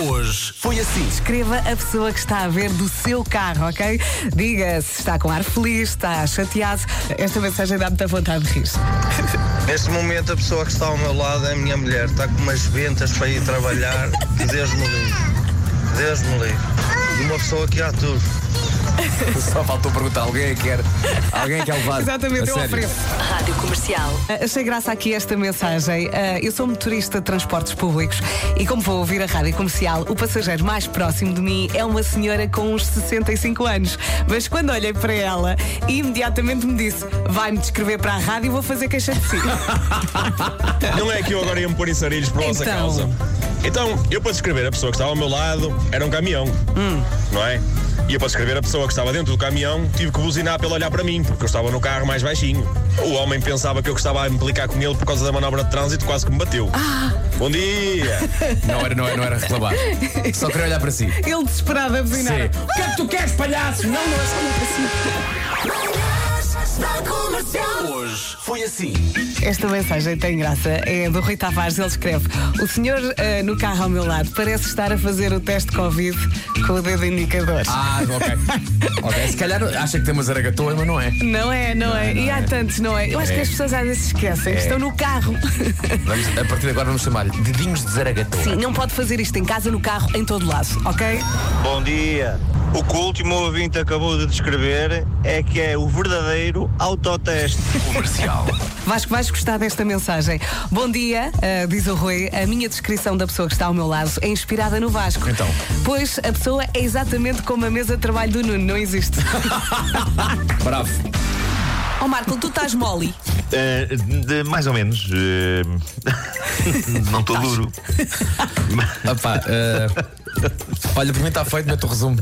hoje foi assim. Escreva a pessoa que está a ver do seu carro, ok? Diga se está com ar feliz, está chateado. Esta mensagem dá muita vontade de rir. Neste momento, a pessoa que está ao meu lado é a minha mulher. Está com umas ventas para ir trabalhar. Que Deus me livre. Deus me livre. De uma pessoa que há tudo. Só faltou perguntar, alguém é que quer. Alguém é que é levado. Exatamente, A eu sério. ofereço. Rádio Comercial. Ah, Achei graça aqui esta mensagem. Ah, eu sou motorista de transportes públicos e, como vou ouvir a rádio comercial, o passageiro mais próximo de mim é uma senhora com uns 65 anos. Mas quando olhei para ela, imediatamente me disse: Vai-me descrever para a rádio e vou fazer queixa de si. Não é que eu agora ia me pôr em sarilhos por vossa Então. causa. Então, eu para descrever a pessoa que estava ao meu lado era um caminhão, Hum. não é? E eu para descrever a pessoa que estava dentro do caminhão tive que buzinar para ele olhar para mim, porque eu estava no carro mais baixinho. O homem pensava que eu gostava a implicar com ele por causa da manobra de trânsito, quase que me bateu. Ah. Bom dia! Não era, não, era, não era reclamar. Só queria olhar para si. Ele desesperado a buzinar. Sim. O que é que tu queres, palhaço? Não, não é um só Hoje foi assim. Esta mensagem tem graça. É do Rui Tavares. Ele escreve: O senhor ah, no carro ao meu lado parece estar a fazer o teste Covid com o dedo indicador. Ah, ok. Ok, se calhar acha que tem uma zaragatoa, mas não é. Não é, não, é. E há tantos, não é? Eu acho É. que as pessoas às vezes se esquecem que É. estão no carro. Vamos, a partir de agora vamos chamar-lhe Dedinhos de Zaragatoa. Sim, não pode fazer isto em casa, no carro, em todo lado, ok? Bom dia. O que o último ouvinte acabou de descrever é que é o verdadeiro autoteste. Comercial. Vasco, vais gostar desta mensagem. Bom dia, ah, diz o Rui. A minha descrição da pessoa que está ao meu lado é inspirada no Vasco. Então. Pois a pessoa é exatamente como a mesa de trabalho do Nuno, não existe. Bravo. Ó Oh, Marco, tu estás mole. Eh, de- mais ou menos. eh, não Tá. estou duro. Opa, eh, olha, por mim está feito, mete o resumo.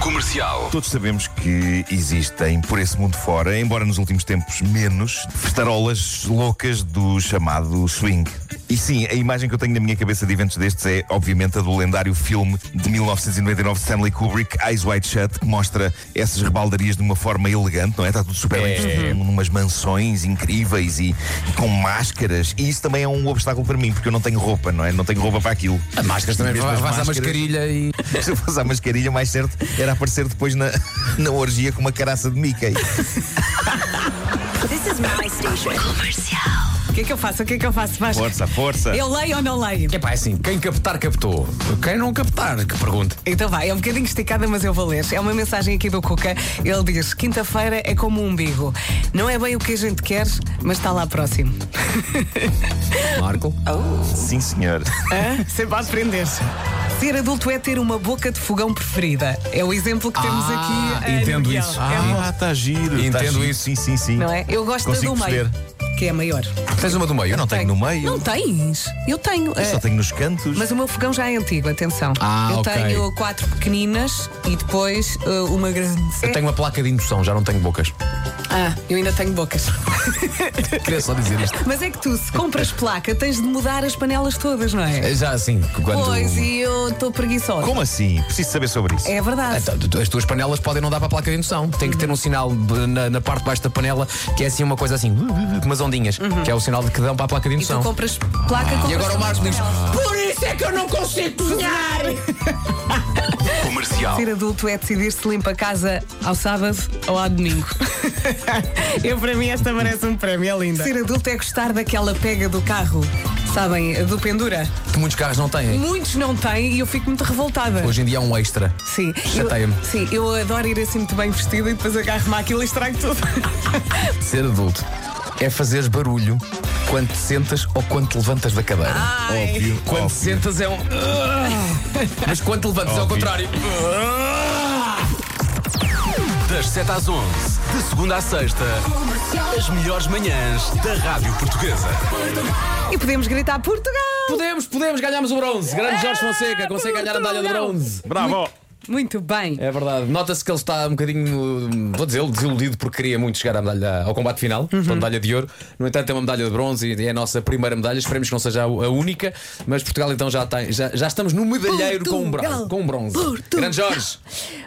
Comercial. Todos sabemos que existem por esse mundo fora, embora nos últimos tempos menos, festarolas loucas do chamado swing. E sim, a imagem que eu tenho na minha cabeça de eventos destes é, obviamente, a do lendário filme de 1999 de Stanley Kubrick, Eyes Wide Shut, que mostra essas rebaldarias de uma forma elegante, não é? Está tudo super bem vestido, Uhum. numas mansões incríveis e, e com máscaras. E isso também é um obstáculo para mim, porque eu não tenho roupa, não é? Não tenho roupa para aquilo. A máscaras também, Mesmo vai as vai à máscaras- mascarilha e. se eu fosse à mascarilha, o mais certo era aparecer depois na, na orgia com uma caraça de Mickey. This is my station. Comercial. O que é que eu faço? O que é que eu faço, Vasco? Força, força. Eu leio ou não leio? É pá, assim, quem captar, captou. Quem não captar, que pergunte. Então vai, é um bocadinho esticada, mas eu vou ler. É uma mensagem aqui do Cuca. Ele diz: quinta-feira é como um umbigo. Não é bem o que a gente quer, mas está lá próximo. Marco. Sim, senhor. Hã? Sempre a aprender. Ser adulto é ter uma boca de fogão preferida. É o exemplo que temos Ah, aqui. eh, entendo no guião. isso. É bom, Ah, está giro. tá Entendo giro. isso. Sim, sim, sim. não é? Eu gosto da Consigo do meio, que é a maior. Tens uma do meio? Eu não tenho no meio. Não tens? Eu tenho. Eu eh, só tenho nos cantos. Mas o meu fogão já é antigo, atenção. Ah, eu ok. tenho quatro pequeninas e depois eh, uma grande. Eu tenho uma placa de indução, já não tenho bocas. Ah, eu ainda tenho bocas. Queria só dizer isto. Mas é que tu, se compras placa, tens de mudar as panelas todas, não é? Já assim, quando. Pois, e eu estou preguiçosa. Como assim? Preciso saber sobre isso. É verdade. Então, tu- As tuas panelas podem não dar para a placa de indução. Tem que ter um sinal de- na, na parte de baixo da panela que é assim uma coisa assim, com umas ondinhas, que é o sinal de que dão para a placa de Uhum. E tu indução. compras placa compras E agora o Marcos diz: panelas. Por isso é que eu não consigo cozinhar! Comercial. Ser adulto é decidir se limpa a casa ao sábado ou ao domingo. Eu, para mim, esta merece um prémio, é linda. Ser adulto é gostar daquela pega do carro, sabem, do pendura. que muitos carros não têm. Muitos não têm e eu fico muito revoltada. Hoje em dia é um extra. Sim, Chateia-me. eu, sim, eu adoro ir assim muito bem vestida e depois agarro-me àquilo e estrago tudo. Ser adulto é fazeres barulho quando te sentas ou quando te levantas da cadeira. Ah. Óbvio. Quando te óbvio. sentas é um. Mas quando te levantas é ao Óbvio. contrário. Das 7 às 11, de segunda à sexta, as melhores manhãs da Rádio Portuguesa. E podemos gritar Portugal! Podemos, podemos, ganhamos o bronze. Grande Jorge Fonseca consegue ganhar a medalha de bronze. Bravo! Muito bem. É verdade. Nota-se que ele está um bocadinho, hum, vou dizer, desiludido porque queria muito chegar à medalha, ao combate final, Uhum. pela medalha de ouro. No entanto, é uma medalha de bronze e é a nossa primeira medalha. Esperemos que não seja a a única, mas Portugal então já, tem, já, já estamos no medalheiro com, um bronze, Portugal. com um bronze. Portugal. Grande Jorge,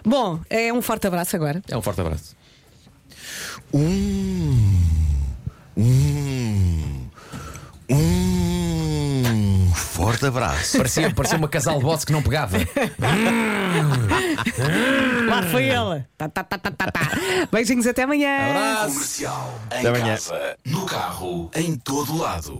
Bom, é um forte abraço agora. é um forte abraço. Hum. Hum. forte abraço. Parecia, parecia uma casal de boxe que não pegava. Lá foi ele. Tá, tá, tá, tá, tá, tá. Beijinhos até amanhã. Abraço. Comercial. Em Até amanhã. casa, no carro, em todo lado.